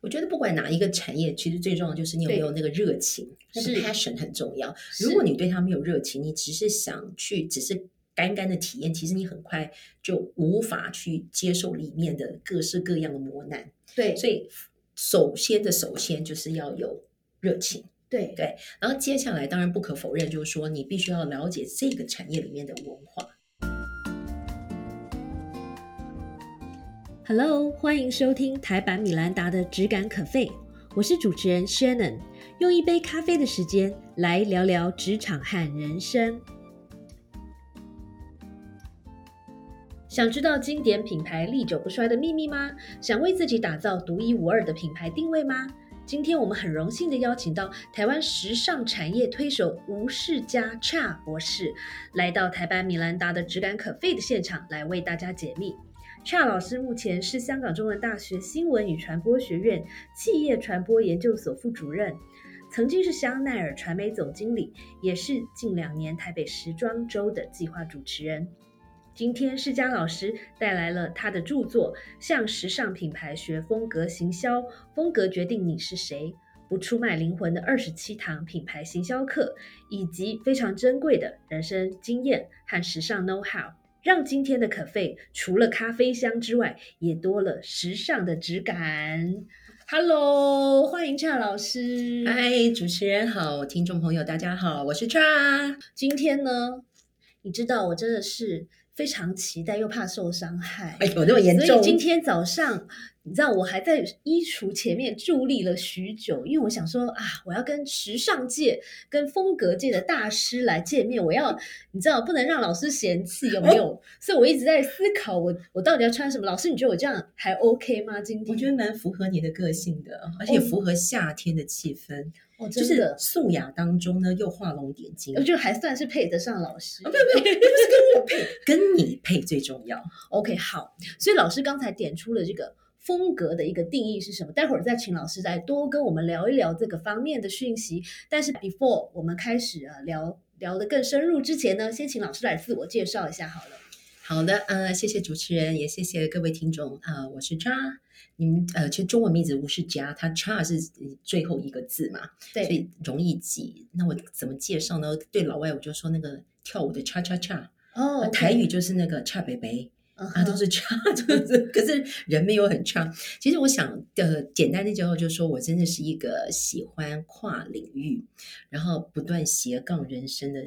我觉得不管哪一个产业，其实最重要就是你有没有对那个热情，那个是 passion 很重要。是如果你对它没有热情，你只是想去，只是干干的体验，其实你很快就无法去接受里面的各式各样的磨难。对所以，首先的首先就是要有热情。对对然后接下来，当然不可否认，就是说你必须要了解这个产业里面的文化。 Hello，欢迎收听台版米兰达的《只感可废》，我是主持人 Shannon，用一杯咖啡的时间来聊聊职场和人生。想知道经典品牌历久不衰的秘密吗？想为自己打造独一无二的品牌定位吗？今天我们很荣幸的邀请到台湾时尚产业推手吴世佳恰博士，来到台版米兰达的《只感可废》的现场，来为大家解密。恰老师目前是香港中文大学新闻与传播学院企业传播研究所副主任，曾经是香奈儿传媒总经理，也是近两年台北时装周的计划主持人。今天施佳老师带来了他的著作《向时尚品牌学风格行销：风格决定你是谁》。不出卖灵魂的二十七堂品牌行销课，以及非常珍贵的人生经验和时尚 know how。让今天的可费除了咖啡香之外，也多了时尚的质感。Hello，欢迎恰老师。嗨，主持人好，听众朋友大家好，我是 Cha。今天呢，你知道我真的是非常期待，又怕受伤害。哎，有那么严所重？以今天早上，你知道我还在衣橱前面伫立了许久，因为我想说啊，我要跟时尚界、跟风格界的大师来见面，我要你知道不能让老师嫌弃有没有？哦所以我一直在思考我，我到底要穿什么？老师，你觉得我这样还 OK 吗？今天我觉得蛮符合你的个性的，而且符合夏天的气氛，得哦，就哦真是的，素雅当中呢又画龙点 睛。我觉得还算是配得上 老啊师。跟你配最重要。 OK，好，所以老师刚才点出了这个风格的一个定义是什么？待会儿再请老师来多跟我们聊一聊这个方面的讯息。但是 before 我们开始啊聊聊得更深入之前呢，先请老师来自我介绍一下好了。 好的，呃，谢谢主持人，也谢谢各位听众，呃，我是 Cha，你们呃，其实中文名字吴世佳，他 Cha 是最后一个字嘛，所对，以容易记。那我怎么介绍呢？对老外我就说那个跳舞的 Cha Cha Cha，哦，台语就是那个 Cha 北北。嗯啊， 都哼，是差，就是可是人没有很差。其实我想呃，简单的介绍就是说我真的是一个喜欢跨领域，然后不断斜杠人生的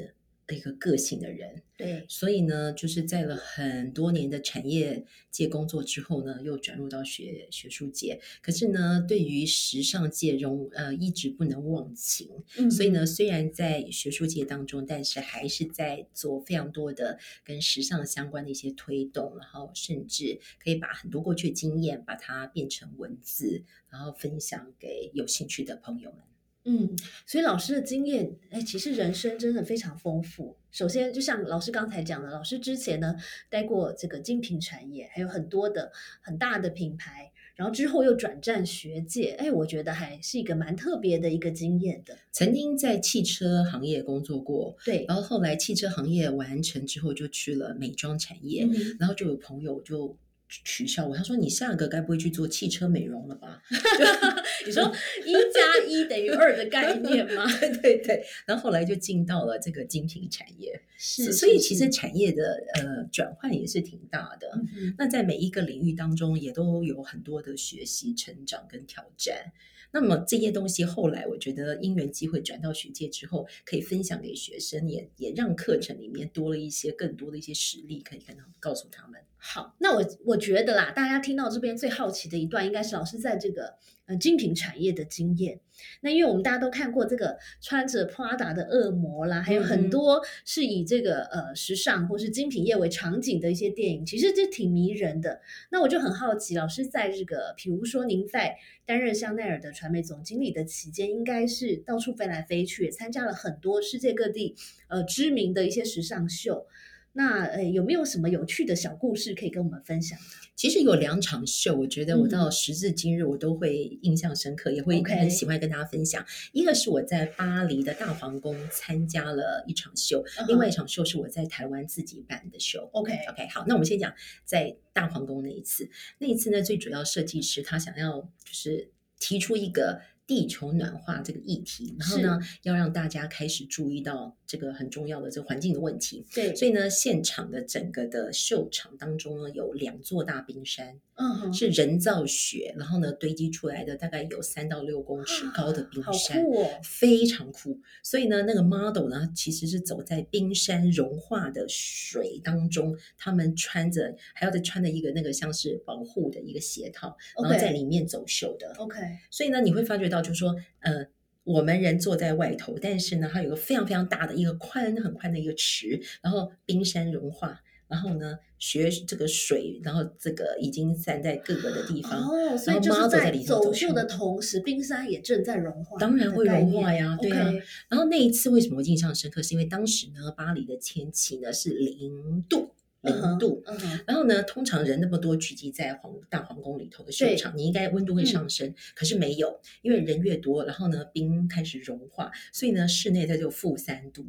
一个个性的人。对，所以呢，就是在了很多年的产业界工作之后呢，又转入到学学术界。可是呢，对于时尚界容呃一直不能忘情，嗯所以呢，虽然在学术界当中，但是还是在做非常多的跟时尚相关的一些推动，然后甚至可以把很多过去的经验把它变成文字，然后分享给有兴趣的朋友们。嗯，所以老师的经验，哎，其实人生真的非常丰富。首先，就像老师刚才讲的，老师之前呢待过这个精品产业，还有很多的很大的品牌，然后之后又转战学界，哎，我觉得还是一个蛮特别的一个经验的。曾经在汽车行业工作过，对，然后后来汽车行业完成之后，就去了美妆产业，嗯然后就有朋友就。取笑我，他说你下个该不会去做汽车美容了吧？ 你说一加一等于二的概念吗？对对对，然后后来就进到了这个精品产业， 是，所以是其实，产业的呃转换也是挺大的。嗯哼那在每一个领域当中，也都有很多的学习、成长跟挑战。那么这些东西后来，我觉得因缘机会转到学界之后，可以分享给学生，也也让课程里面多了一些更多的一些实例，可以跟他们告诉他们。好，那我我觉得啦，大家听到这边最好奇的一段，应该是老师在这个呃精品产业的经验。那因为我们大家都看过这个穿着 Prada 的恶魔啦，还有嗯很哼多是以这个呃时尚或是精品业为场景的一些电影，其实这挺迷人的。那我就很好奇，老师在这个，比如说您在担任香奈儿的传媒总经理的期间，应该是到处飞来飞去，也参加了很多世界各地呃知名的一些时尚秀。那呃有没有什么有趣的小故事可以跟我们分享的？其实有两场秀，我觉得我到嗯时至今日我都会印象深刻，也会 OK 很喜欢跟大家分享。一个是我在巴黎的大皇宫参加了一场秀嗯哼另外一场秀是我在台湾自己办的秀。 OK OK，好，那我们先讲在大皇宫那一次，那一次呢，最主要设计师他想要就是。提出一个地球暖化这个议题，然后呢，要让大家开始注意到这个很重要的这个环境的问题。对，所以呢，现场的整个的秀场当中呢，有两座大冰山嗯哼，是人造雪，然后呢堆积出来的，大概有三到六公尺高的冰好山。酷哦，非常酷。所以呢，那个 model 呢，其实是走在冰山融化的水当中，他们穿着还要再穿着一个那个像是保护的一个鞋套，然后在 OK 里面走秀的。 OK，所以呢，你会发觉到，就是说，呃。我们人坐在外头，但是呢，它有个非常非常大的一个宽很宽的一个池，然后冰山融化，然后呢，雪这个水，然后这个已经散在各个的地方，哦，所然以后就是猫走在在里头走走秀秀的同时，冰山也正在融化的概当念，然会融化呀对啊 OK，然后那一次为什么我印象深刻，是因为当时呢，巴黎的天气呢是零度，嗯零哼度。嗯哼，然后呢，通常人那么多聚集在皇大皇宫里头的秀对场，你应该温度会嗯上升，可是没有，因为人越多，然后呢，冰开始融化，所以呢，室内它就负三度，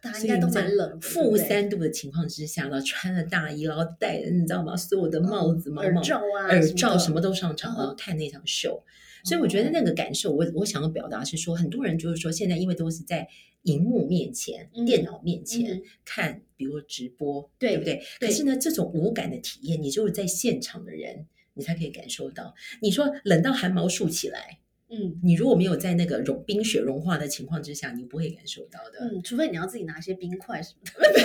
大家应所以该都你在蛮冷的，对负不对嗯三度的情况之下呢，穿了大衣，然后戴，你知道吗？所有的帽子、毛耳毛罩啊，耳罩哎什么么的都上场，嗯哦然后看那场秀。所以我觉得那个感受，我我想要表达是说，很多人就是说，现在因为都是在荧幕面前、嗯电脑面前、嗯看，比如直播，对不对？对可是呢，这种无感的体验，你只有在现场的人，你才可以感受到。你说冷到汗毛竖起来，嗯你如果没有在那个融冰雪融化的情况之下，你不会感受到的。嗯，除非你要自己拿一些冰块什么的，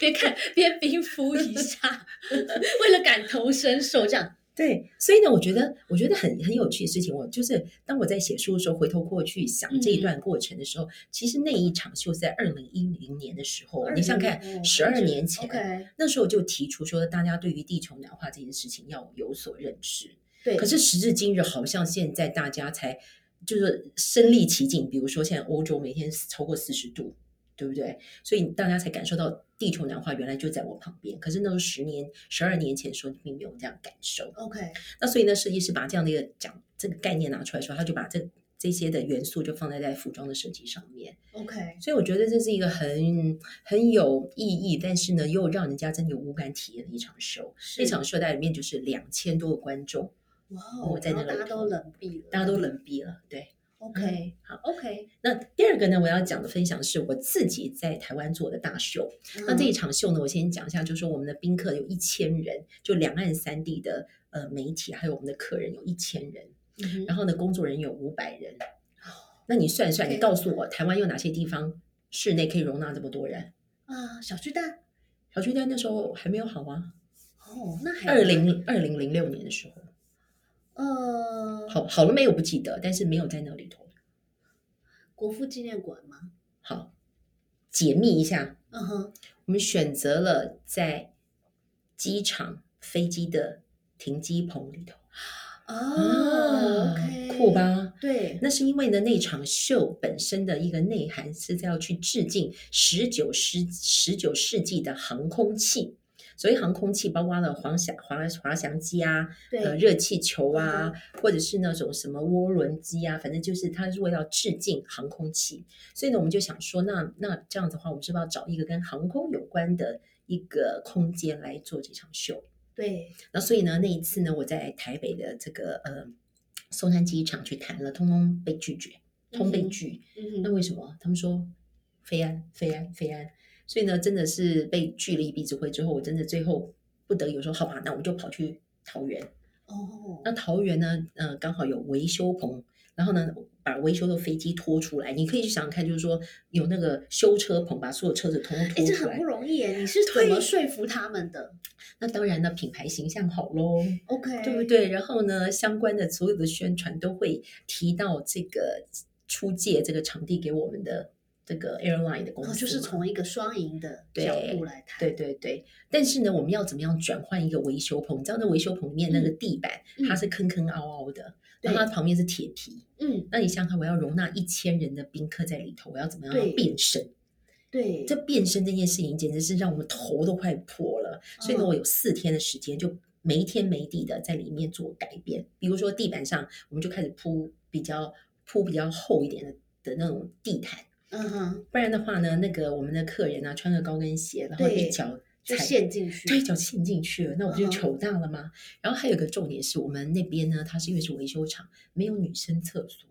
边看边冰敷一下， 为了感同身受这 样。对，所以呢，我觉得我觉得很很有趣的事情，我就是当我在写书的时候，回头过去想这一段过程的时候，其实那一场秀是在二零一零年的时候，你想想看，十二年前。 ，OK，那时候就提出说，大家对于地球暖化这件事情要有所认识。对，可是时至今日，好像现在大家才就是身临其境。比如说，现在欧洲每天超过四十度，对不对？所以大家才感受到地球暖化原来就在我旁边。可是那时候十年、十二年前的时候，你并没有这样感受。 OK，那所以呢，设计师把这样的一个讲这个概念拿出来的时候，他就把这这些的元素就放在在服装的设计上面。 OK，所以我觉得这是一个很很有意义，但是呢又让人家真的有无感体验的一场秀。是那场秀在里面就是两千多个观众，哇哦我，在然后那大个家里都头冷闭了，大家都冷逼了。对， OK，好 OK，那第二个呢，我要讲的分享是我自己在台湾做的大秀。嗯那这一场秀呢，我先讲一下，就是说我们的宾客有一千人，就两岸三地的呃媒体还有我们的客人有一千人。嗯然后后呢，工作人员有五百人。那你算一算，你 OK 告诉我，台湾有哪些地方室内可以容纳这么多人？啊，小巨蛋，小巨蛋那时候还没有好啊，哦，那还二零二零零六年的时候，呃，好好了没有不记得，但是没有在那里头。国父纪念馆吗？好，解密一下，嗯哼，我们选择了在机场飞机的停机棚里头哦，OK，酷？啊吧？对，那是因为呢，那场秀本身的一个内涵是在要去致敬十九世十九世纪的航空器。所以航空器包括了滑翔滑滑翔机啊，呃，对，热气球啊，或者是那种什么涡轮机啊，反正就是它是为了致敬航空器。所以呢，我们就想说，那那这样子的话，我们是不是要找一个跟航空有关的一个空间来做这场秀？对，那所以呢，那一次呢，我在台北的这个呃松山机场去谈了，通通被拒绝，通被嗯哼拒。嗯那哼，为什么？他们说飞安，飞安，飞安。所以呢，真的是被拒了一臂之挥之后，我真的最后不得已说，好吧，那我们就跑去桃园。哦那桃园呢，呃，刚好有维修棚，然后呢，把维修的飞机拖出来。你可以去想想看，就是说有那个修车棚，把所有车子通通哎，拖这出很来不。容易耶！你是怎对么说服他们的那当然呢，品牌形象好喽。 ？OK，对不？对？然后呢，相关的所有的宣传都会提到这个出借这个场地给我们的这个 airline 的公司哦，嘛，就是从一个双赢的对角度来谈，对对对。但是呢，我们要怎么样转换一个维修棚？你知道那维修棚里面那个地板，嗯它是坑坑凹凹的，对然后它旁边是铁皮。嗯，那你想想看，我要容纳一千人的宾客在里头，我要怎么样让它对变身？对，这变身这件事情简直是让我们头都快破了。所以呢，嗯我有四天的时间，就没天没地的在里面做改变。比如说地板上，我们就开始铺比较铺比较厚一点的的那种地毯，嗯哼，不然的话呢，那个我们的客人啊，穿个高跟鞋，然后对一脚就才陷进去。对，就陷进去了。那我不就嗯哼糗大了吗？然后还有一个重点是我们那边呢，它是因为是维修厂，没有女生厕所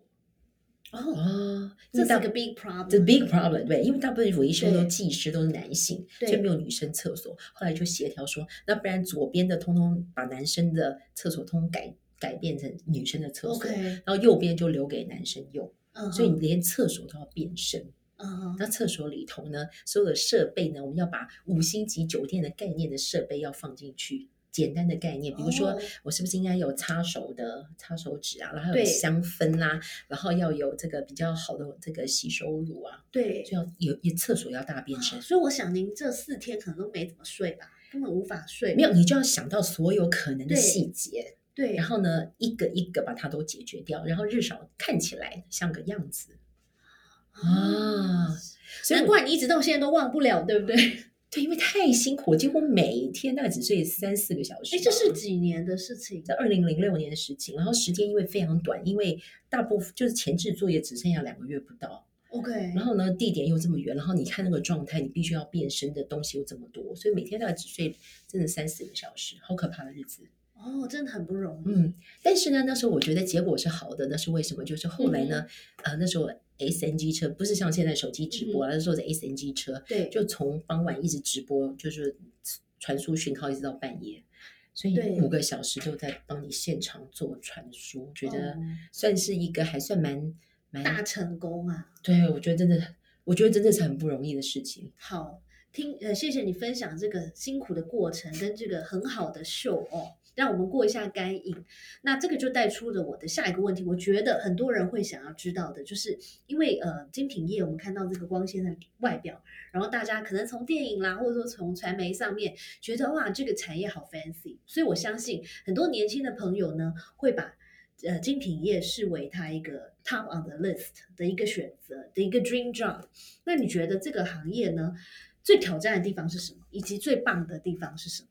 哦，哦，因这为是大一个 big problem。 The big problem，对，因为大部分维修都对技师都是男性，对所以没有女生厕所。后来就协调说，那不然左边的通通把男生的厕所通通改改变成女生的厕所 OK，然后右边就留给男生用，嗯，所以你连厕所都要变身。嗯那厕所里头呢，所有的设备呢，我们要把五星级酒店的概念的设备要放进去。简单的概念，比如说哦我是不是应该有擦手的擦手纸啊，然后对有香氛啦、然后要有这个比较好的这个洗手乳啊，对，就要有有厕所要大变身。所以我想您这四天可能都没怎么睡吧，根本无法睡。没有，你就要想到所有可能的对细节，对，然后呢，一个一个把它都解决掉，然后至少看起来像个样子。啊所以哦难我怪你一直到现在都忘不了，对不对？ 对，因为太辛苦，几乎每天大概只睡三四个小时哎，吧。这是几年的事情？在二零零六年的事情，然后时间因为非常短，因为大部分就是前置作业只剩下两个月不到， OK，然后呢，地点又这么远，然后你看那个状态，你必须要变身的东西又这么多，所以每天大概只睡真的三四个小时，好可怕的日子。哦，真的很不容易。嗯，但是呢，那时候我觉得结果是好的，那是为什么？就是后来嗯呢，呃，那时候 SNG 车不是像现在手机直嗯播啊，那时候的 SNG 车对，嗯就从傍晚一直直播，就是传输讯号一直到半夜，所以对五个小时就在帮你现场做传输，觉哦得算是一个还算蛮蛮大成功啊！对，我觉得真的，我觉得真的是很不容易的事情。好，听呃，谢谢你分享这个辛苦的过程跟这个很好的秀哦，让我们过一下干瘾。那这个就带出了我的下一个问题，我觉得很多人会想要知道的，就是因为呃，精品业我们看到这个光鲜的外表，然后大家可能从电影啦，或者说从传媒上面觉得哇，这个产业好 fancy，所以我相信很多年轻的朋友呢，会把呃精品业视为它一个 top on the list 的一个选择的一个 dream job。那你觉得这个行业呢，最挑战的地方是什么，以及最棒的地方是什么？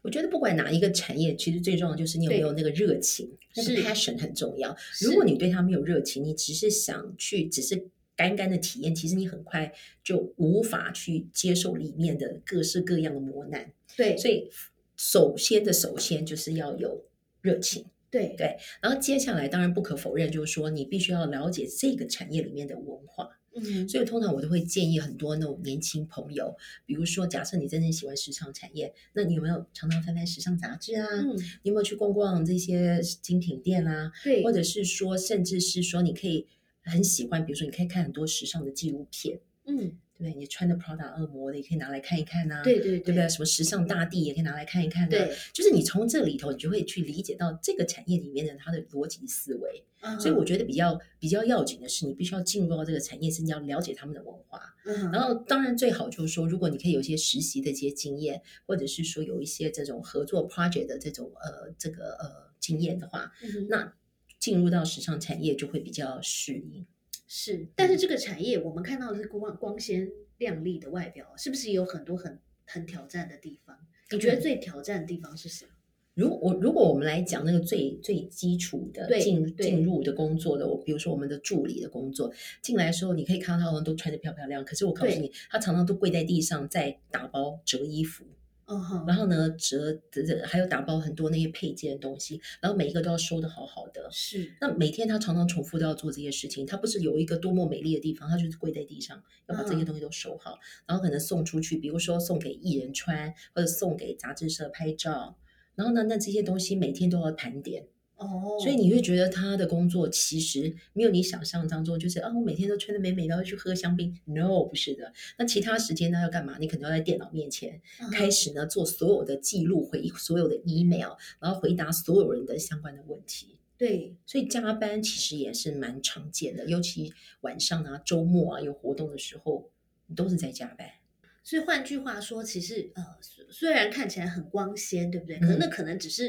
我觉得不管哪一个产业，其实最重要就是你有没有那个热情，那个是 passion 很重要。是如果你对它没有热情，你只是想去，只是干干的体验，其实你很快就无法去接受里面的各式各样的磨难。对所以，首先的首先就是要有热情。对对然后接下来，当然不可否认，就是说你必须要了解这个产业里面的文化。嗯所以通常我都会建议很多那种年轻朋友，比如说，假设你真正喜欢时尚产业，那你有没有常常翻翻时尚杂志啊？嗯你有没有去逛逛这些精品店啊？对或者是说，甚至是说，你可以很喜欢，比如说，你可以看很多时尚的纪录片，嗯对不对？你穿的 Prada 恶魔的也可以拿来看一看啊，对对对不对？什么时尚大地也可以拿来看一看啊。对，就是你从这里头，你就会去理解到这个产业里面的它的逻辑思维。嗯所以我觉得比较比较要紧的是，你必须要进入到这个产业，是你要了解他们的文化。然然后，当然最好就是说，如果你可以有一些实习的一些经验，或者是说有一些这种合作 project 的这种呃这个呃经验的话，那进入到时尚产业就会比较适应。是，嗯但是这个产业我们看到的是光光鲜亮丽的外表，是不是也有很多很很挑战的地方？你觉得最挑战的地方是什么？如我如果我们来讲那个最最基础的对进对进入的工作的，我比如说我们的助理的工作进来的时候，你可以看到他们都穿的漂漂亮亮，可是我告诉对你，他常常都跪在地上在打包折衣服。哦哈然后呢，折折折还有打包很多那些配件的东西，然后每一个都要收的好好的。是，那每天他常常重复都要做这些事情，他不是有一个多么美丽的地方，他就是跪在地上要把这些嗯东西都收好，然后可能送出去，比如说送给艺人穿，或者送给杂志社拍照。然后呢，那这些东西每天都要盘点，哦，所以你会觉得他的工作其实没有你想象当中，就是啊，我每天都穿的美美的，然后去喝香槟。No，不是的。那其他时间呢要干嘛？你可能要在电脑面前，嗯开始呢做所有的记录，回所有的 email，然后回答所有人的相关的问题。对所以加班其实也是蛮常见的，尤其晚上啊、周末啊有活动的时候，都是在加班。所以换句话说，其实呃，虽虽然看起来很光鲜，对不对？可是嗯那可能只是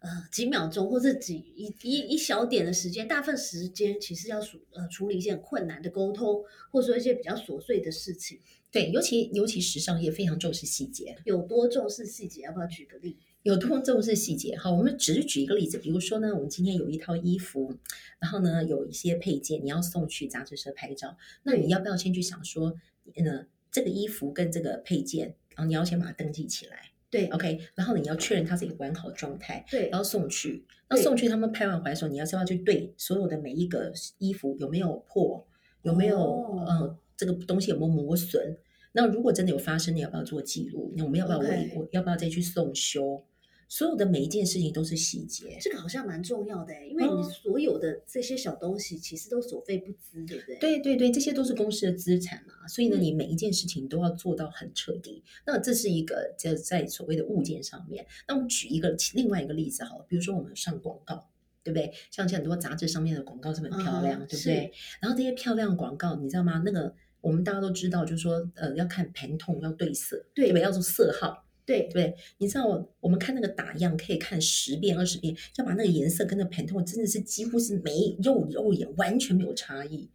呃几秒钟或者几一一一小点的时间，大部分时间其实要处呃处理一些很困难的沟通，或者说一些比较琐碎的事情。对，尤其尤其时尚业非常重视细节，有多重视细节？要不要举个例？有多重视细节。好，我们只是举一个例子，比如说呢，我们今天有一套衣服，然后呢有一些配件你要送去杂志社拍照，那对呃你要不要先去想说，嗯、这个衣服跟这个配件然后你要先把它登记起来对，OK，然后你要确认它是一个完好状态，对然后送去。那对送去他们拍完回来的时候，你要是要去对所有的每一个衣服有没有破，有没有、哦呃这个东西有没有磨损。那如果真的有发生，你要不要做记录？那我们要不要我 OK 我要不要再去送修？所有的每一件事情都是细节。这个好像蛮重要的欸，因为你嗯所有的这些小东西其实都所费不赀，对不对？对对对，这些都是公司的资产嘛，所以呢，嗯你每一件事情都要做到很彻底。那这是一个就在所谓的物件上面。那我们举一个其另外一个例子好了，比如说我们上广告，对不对？像很多杂志上面的广告是很漂亮，嗯对不对？然后这些漂亮的广告，你知道吗？那个我们大家都知道，就是说呃要看 Pantone 要对色，对不对？要做色号。对对不对？你知道我们看那个打样可以看十遍二十遍，要把那个颜色跟那 Pantone 真的是几乎是没肉肉眼完全没有差异。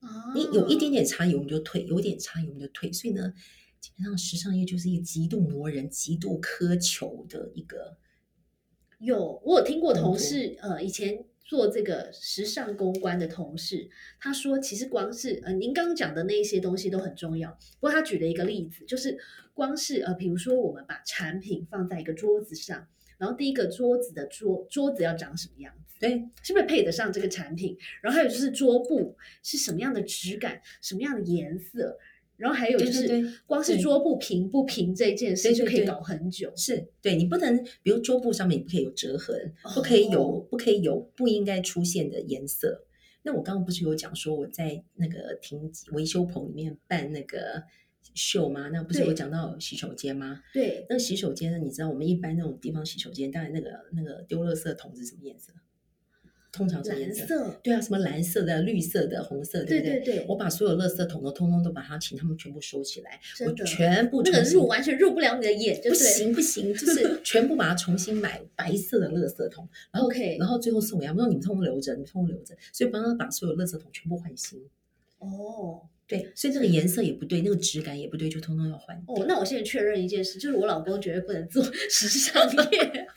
啊你有一点点差异，我们就退；有一点差异，我们就退。所以呢，基本上时尚业就是一个极度磨人、极度苛求的一个。有，我有听过工同作事，呃，以前做这个时尚公关的同事，他说，其实光是呃，您刚刚讲的那一些东西都很重要。不过他举了一个例子，就是光是呃，比如说我们把产品放在一个桌子上，然后第一个桌子的桌桌子要长什么样子，对是不是配得上这个产品？然后还有就是桌布是什么样的质感，什么样的颜色，然后还有对就对是对光是对桌布平不平这件事对就对可以对搞很久。是对你不能，比如桌布上面也不可以有折痕，不可以有、哦不可以有不应该出现的颜色。那我刚刚不是有讲说我在那个停维修棚里面办那个秀吗？那不是对有讲到洗手间吗？对，那洗手间呢？你知道我们一般那种地方洗手间，大概那个那个丢垃圾的桶是什么颜色？通常是什么蓝颜色？色，对啊，什么蓝色的、绿色的、红色的，对不对对，我把所有垃圾桶都通通都把它，请他们全部收起来，我真的全部那个重新入完全入不了你的眼，就不对了。行不行， 就是全部把它重新买白色的垃圾桶，然后 OK 然后最后送给他们，说你们通通留着，你们通通留着，所以帮他把所有垃圾桶全部换新。哦对，所以那个颜色也不对，那个质感也不对，就通通要换。哦，那我现在确认一件事，就是我老公绝对不能做 时尚业。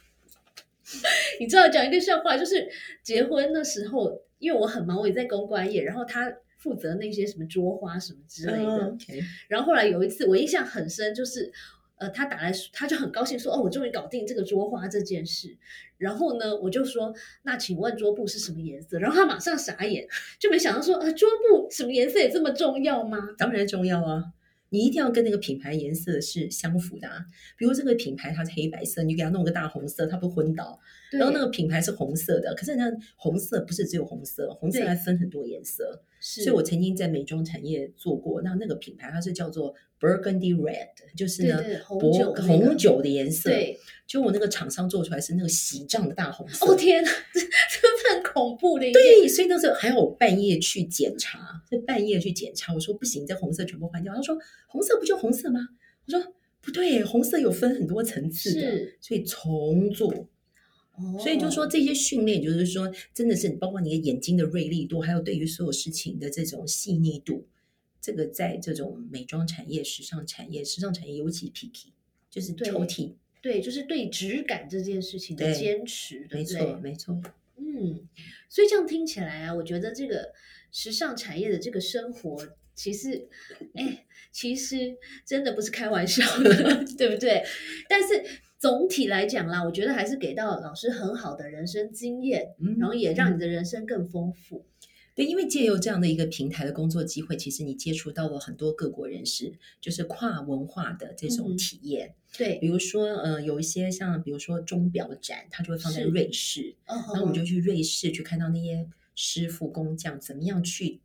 你知道讲一个笑话，就是结婚的时候，因为我很忙，我也在公关业，然后他负责那些什么桌花什么之类的。嗯，OK 然后后来有一次，我印象很深，就是呃，他打来，他就很高兴说：“哦，我终于搞定这个桌花这件事。”然后呢，我就说：“那请问桌布是什么颜色？”然后他马上傻眼，就没想到说：“呃，桌布什么颜色也这么重要吗当然重要啊。你一定要跟那个品牌颜色是相符的啊，比如这个品牌它是黑白色，你就给它弄个大红色，它不会昏倒。？”对然后那个品牌是红色的，可是人家红色不是只有红色，红色对还分很多颜色。是所以我曾经在美妆产业做过，那那个品牌它是叫做 Burgundy Red，就是对呢对红伯酒那个红酒的颜色。，对就我那个厂商做出来是那个喜胀的大红色。哦天哪，这这很恐怖的一件对，所以那时候还有半夜去检查，就半夜去检查。我说不行，这红色全部换掉。他说红色不就红色吗？我说不对，红色有分很多层次的，是，所以重做。哦所以就说这些训练，就是说真的是包括你的眼睛的锐利度，还有对于所有事情的这种细腻度，这个在这种美妆产业、时尚产业、时尚产业尤其 picky，就是对挑剔，对，就是对质感这件事情的对坚持，对没不对错，没错，嗯，所以这样听起来啊，我觉得这个时尚产业的这个生活，其实，哎，其实真的不是开玩笑的， 对不对？但是总体来讲啦，我觉得还是给到老师很好的人生经验，嗯然后也让嗯你的人生更丰富。对，因为借由这样的一个平台的工作机会，其实你接触到了很多各国人士，就是跨文化的这嗯种哼体验。比对，如说，呃，有一些像比如说钟表展，它就会放在是瑞士，然然后我就去瑞士去看到那些师傅工匠怎么样去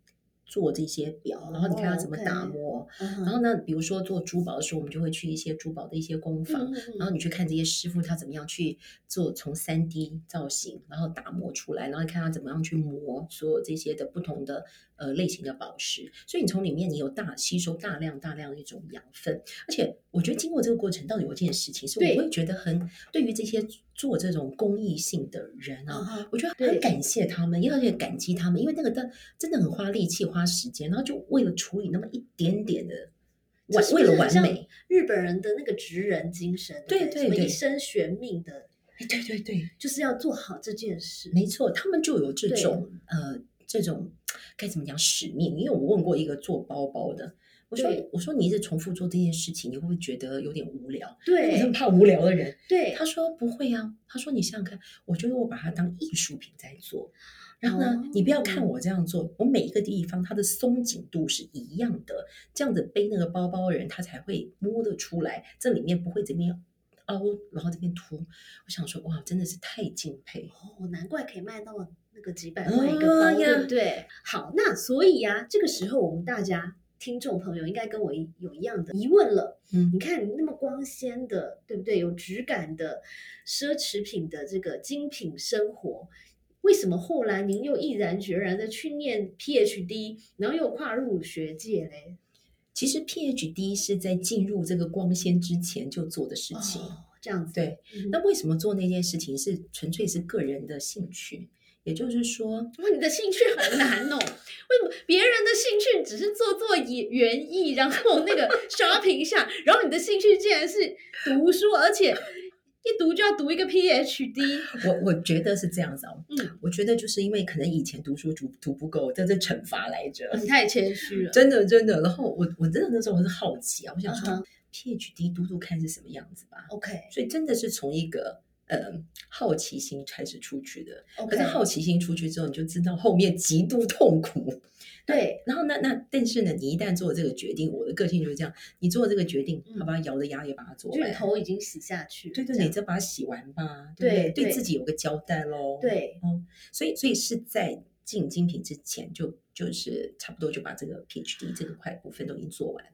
做这些表，然后你看他哦怎么，OK 打磨。然然后呢，比如说做珠宝的时候，我们就会去一些珠宝的一些工嗯坊，然后你去看这些师傅他怎么样去做从三 D 造型，然后打磨出来，然后你看他怎么样去磨所有这些的不同的呃类型的宝石，所以你从里面你有大吸收大量大量的一种养分，而且我觉得经过这个过程，到底有一件事情是对我会觉得很对于这些做这种公益性的人啊，后我觉得对很感谢他们，也而且感激他们，因为那个真真的很花力气花时间，然后就为了处理那么一点点的这完是不为是了很完像美，日本人的那个职人精神，对不对什么一对生悬命的，哎，对对对。就是要做好这件事。没错，他们就有这对种呃这种该怎么讲使命。因为我问过一个做包包的，我说对我说你一直重复做这件事情，你会不会觉得有点无聊？我很对怕无聊的人。对，他说不会啊，他说你想想看，我觉得我把它当艺术品在做。然后呢，你不要看我这样做，我每一个地方它的松紧度是一样的，这样子背那个包包的人他才会摸得出来，这里面不会这边凹，然后这边凸。我想说，哇，真的是太敬佩。哦，难怪可以卖到那个几百哦块一个包，对呀不对？好，那所以呀、这个时候我们大家听众朋友应该跟我一有一样的疑问了。嗯你看你那么光鲜的，对不对？有质感的奢侈品的这个精品生活，为什么后来您又毅然决然的去念 PhD，然后又跨入学界嘞？其实 PhD 是在进入这个光纤之前就做的事情。哦，这样子，对，嗯那为什么做那件事情是纯粹是个人的兴趣？也就是说，哇，你的兴趣好难哦。为什么别人的兴趣只是做做也园艺，然后那 个 shopping 一下，然后你的兴趣竟然是读书，而且一读就要读一个 PhD。我我觉得是这样子哦。嗯，我觉得就是因为可能以前读书读读不够，这是惩罚来着。你太谦虚了。真的真的，然后我我真的那时候我是好奇啊，我想嗯说 PhD 读读看是什么样子吧。 OK 所以真的是从一个呃好奇心开始出去的，可 OK，是好奇心出去之后，你就知道后面极度痛苦。对，然后那那但是呢，你一旦做了这个决定，我的个性就是这样，你做了这个决定，嗯好吧，咬着牙也把它做就是完。头已经洗下去了。对对，这你样再把它洗完吧，对不对对？对对自己有个交代喽。，对所以所以是在进精品之前就就是差不多就把这个 PhD 这个块部分都已经做完了。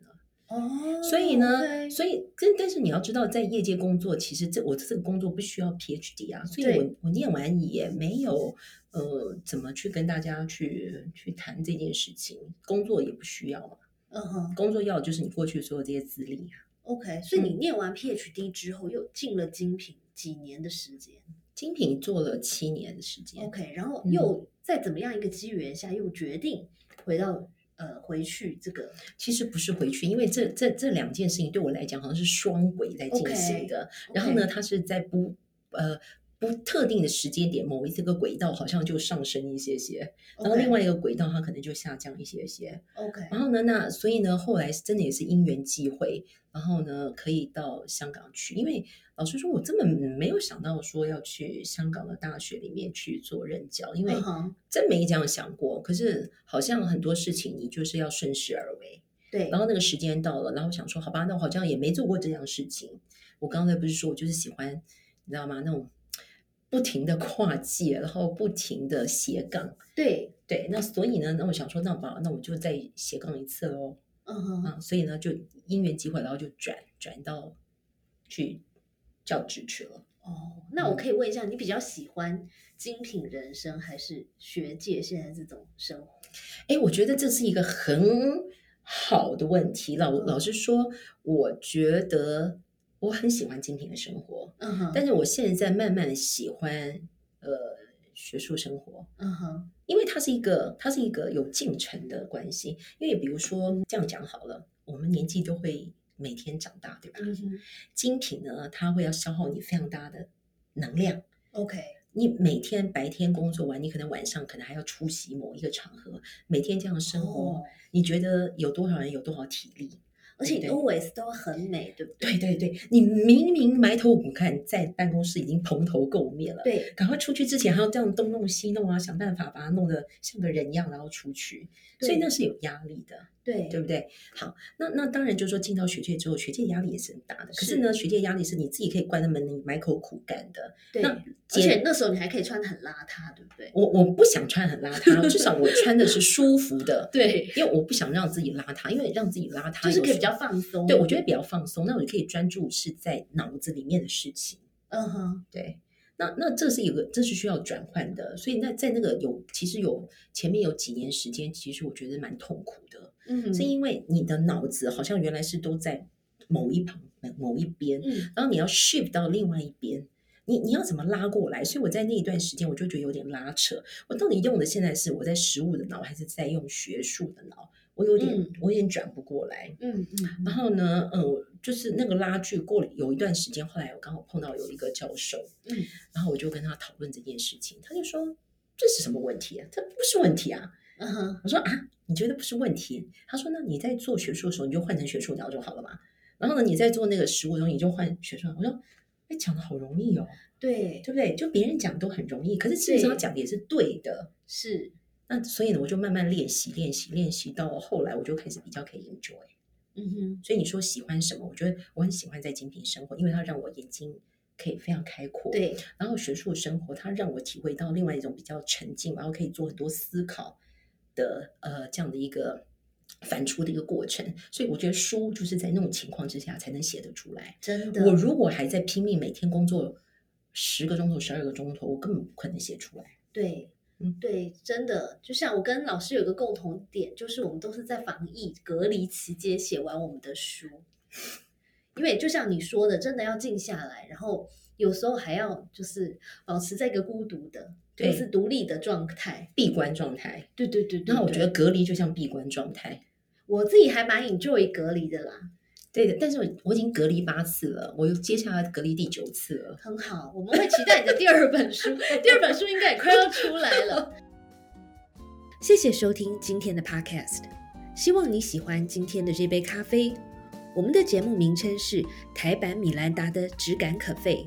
哦所以呢， OK 所以但但是你要知道，在业界工作，其实这我这个工作不需要 PhD 啊，所以对我我念完也没有呃怎么去跟大家去去谈这件事情，工作也不需要嘛，嗯哼工作要的就是你过去所有这些资历啊。 ，OK，所以你念完 PhD 之后又进了精品几年的时间精品做了七年的时间， ，OK，然后嗯又在怎么样一个机缘下又决定回到呃回去这个其实不是回去，因为这这这两件事情对我来讲好像是双轨在进行的。然后呢，它是在不呃不特定的时间点，某一这个轨道好像就上升一些些。然后另外一个轨道它可能就下降一些些。 OK 然后呢，那所以呢，后来是真的也是因缘际会，然后呢可以到香港去，因为老实说，我根本没有想到说要去香港的大学里面去做任教，因为嗯哼真没这样想过。可是好像很多事情你就是要顺势而为。对然后那个时间到了，然后我想说，好吧，那我好像也没做过这样的事情。我刚才不是说我就是喜欢，你知道吗？那种不停的跨界，然后不停的斜杠。对，对，那所以呢，那我想说，那吧，那我就再斜杠一次喽。嗯哼啊，所以呢，就因缘机会，然后就转转到去教职去了。哦，那我嗯可以问一下，你比较喜欢精品人生还是学界现在这种生活？哎，我觉得这是一个很好的问题。老老实说，我觉得我很喜欢精品的生活，嗯哼，但是我现在慢慢喜欢呃学术生活。嗯哼因为它是一个，它是一个有进程的关系。因为比如说这样讲好了，我们年纪都会每天长大，对吧？嗯哼精品呢，它会要消耗你非常大的能量。 ，OK，哦你每天白天工作完，你可能晚上可能还要出席某一个场合，每天这样生活，哦你觉得有多少人有多少体力？ 而且你对 always 都很美，对不对？对对对，你明明埋头苦干，在办公室已经蓬头垢面了，对赶快出去之前还要这样东弄西弄啊，想办法把它弄得像个人一样，然后出去，所以对那是有压力的。对对不对？好，那那当然就是说进到学界之后，学界压力也是很大的。可是是呢，学界压力是你自己可以关着门，你埋头苦干的。对，那而姐且那时候你还可以穿的很邋遢，对不对？我我不想穿很邋遢，至少我穿的是舒服的， 对，因为我不想让自己邋遢，因为让自己邋遢就是有可以时比较候放松。对我觉得比较放松，那我就可以专注是在脑子里面的事情。嗯哼，对，那那这是有个，这是需要转换的，所以那在那个有其实有前面有几年时间，其实我觉得蛮痛苦的。嗯哼，是因为你的脑子好像原来是都在某一旁、某一边，嗯然后你要 shift 到另外一边，你你要怎么拉过来？所以我在那一段时间，我就觉得有点拉扯。我到底用的现在是我在实物的脑，还是在用学术的脑？我有点、嗯我有点转不过来。嗯嗯然后呢，嗯，我就是那个拉锯过了有一段时间，后来我刚好碰到有一个教授，嗯，然后我就跟他讨论这件事情，他就说这是什么问题啊？这不是问题啊，嗯哼，我说啊，你觉得不是问题？他说，那你在做学术的时候，你就换成学术聊就好了嘛。然后呢，你在做那个食物的时候，你就换学术聊。我说，哎，讲的好容易哦，对，对不对？就别人讲都很容易，可是事实上对讲的也是对的。是，那所以呢，我就慢慢练习，练习，练习，到后来我就开始比较可以 enjoy。嗯哼，所以你说喜欢什么？我觉得我很喜欢在精品生活，因为它让我眼睛可以非常开阔。，对，然后学术生活它让我体会到另外一种比较沉静，然后可以做很多思考的呃这样的一个反刍的一个过程。所以我觉得书就是在那种情况之下才能写得出来。真的，我如果还在拼命每天工作十个钟头、十二个钟头，我根本不可能写出来。对，嗯对，真的，就像我跟老师有一个共同点，就是我们都是在防疫隔离期间写完我们的书，因为就像你说的，真的要静下来，然后有时候还要就是保持在一个孤独的，对就是独立的状态。闭关状态，对对对对那我觉得对隔离就像闭关状态。我自己还蛮 enjoy 隔离的啦，对的，但是我我已经隔离八次了，我又接下来隔离第九次了。很好。我们会期待你的第二本书，第二本书应该也快要出来了。谢谢收听今天的 Podcast，希望你喜欢今天的这杯咖啡。我们的节目名称是台版米兰达的质感可废，